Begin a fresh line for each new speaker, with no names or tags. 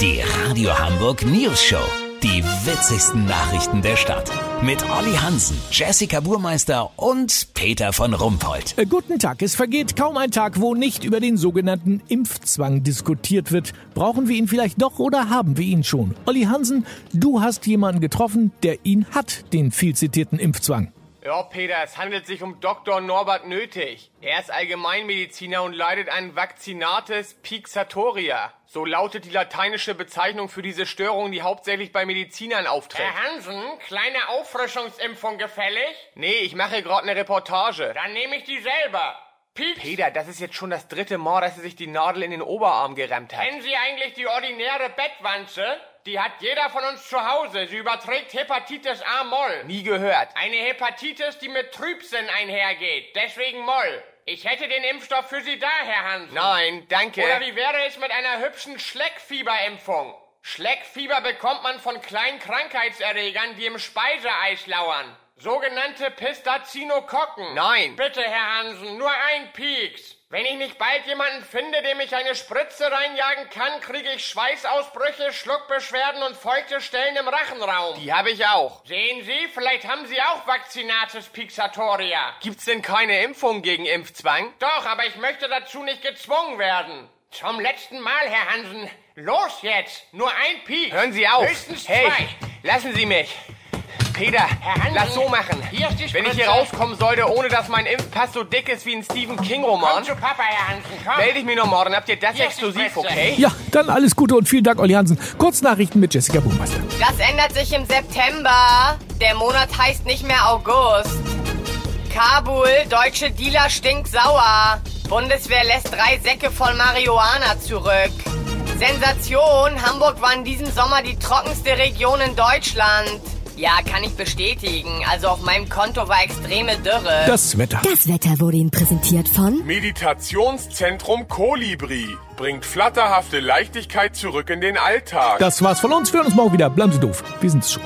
Die Radio Hamburg News Show. Die witzigsten Nachrichten der Stadt. Mit Olli Hansen, Jessica Burmeister und Peter von Rumpold.
Äh, Guten Tag. Es vergeht kaum ein Tag, wo nicht über den sogenannten Impfzwang diskutiert wird. Brauchen wir ihn vielleicht doch oder haben wir ihn schon? Olli Hansen, du hast jemanden getroffen, der ihn hat, den viel zitierten Impfzwang.
Ja, Peter, es handelt sich um Dr. Norbert Nötig. Er ist Allgemeinmediziner und leidet an Vaccinatis Pixatoria. So lautet die lateinische Bezeichnung für diese Störung, die hauptsächlich bei Medizinern auftritt.
Herr Hansen, kleine Auffrischungsimpfung gefällig?
Nee, ich mache gerade eine Reportage.
Dann nehme ich die selber. Piep,
Peter, das ist jetzt schon das dritte Mal, dass er sich die Nadel in den Oberarm gerammt hat.
kennen Sie eigentlich die ordinäre Bettwanze? Die hat jeder von uns zu Hause. Sie überträgt Hepatitis A Moll.
Nie gehört.
Eine Hepatitis, die mit Trübsinn einhergeht. Deswegen Moll. Ich hätte den Impfstoff für Sie da, Herr Hansen.
Nein, danke.
Oder wie wäre es mit einer hübschen Schleckfieberimpfung? Schleckfieber bekommt man von kleinen Krankheitserregern, die im Speiseeis lauern. Sogenannte Pistazinokokken.
Nein.
Bitte, Herr Hansen, nur ein Pieks. Wenn ich nicht bald jemanden finde, dem ich eine Spritze reinjagen kann, kriege ich Schweißausbrüche, Schluckbeschwerden und feuchte Stellen im Rachenraum.
Die habe ich auch.
Sehen Sie, vielleicht haben Sie auch Vaccinatis Pixatoria.
Gibt's denn keine Impfung gegen Impfzwang?
Doch, aber ich möchte dazu nicht gezwungen werden. Zum letzten Mal, Herr Hansen. Los jetzt! Nur ein Piek!
Hören Sie auf.
Höchstens
hey,
zwei!
lassen Sie mich. Peter,
Herr Hansen,
lass so machen.
hier ist die
Wenn ich hier
Spritze.
rauskommen sollte, ohne dass mein Impfpass so dick ist wie ein Stephen
Komm
King-Roman,
zu Papa, Herr Hansen, komm!
melde ich mich noch morgen. Habt ihr das
Hier ist die
exklusiv,
Spritze.
okay?
Ja, dann alles Gute und vielen Dank, Olli Hansen. Kurznachrichten mit Jessica Buchmeister.
Das ändert sich im September. Der Monat heißt nicht mehr August. Kabul, deutsche Dealer stinksauer. Bundeswehr lässt drei Säcke voll Marihuana zurück. Sensation, Hamburg war in diesem Sommer die trockenste Region in Deutschland. Ja, kann ich bestätigen. Also auf meinem Konto war extreme Dürre.
Das Wetter.
Das Wetter wurde Ihnen präsentiert von
Meditationszentrum Kolibri bringt flatterhafte Leichtigkeit zurück in den Alltag.
Das war's von uns. Wir hören uns morgen wieder. Bleiben Sie doof. Wir sind's schon.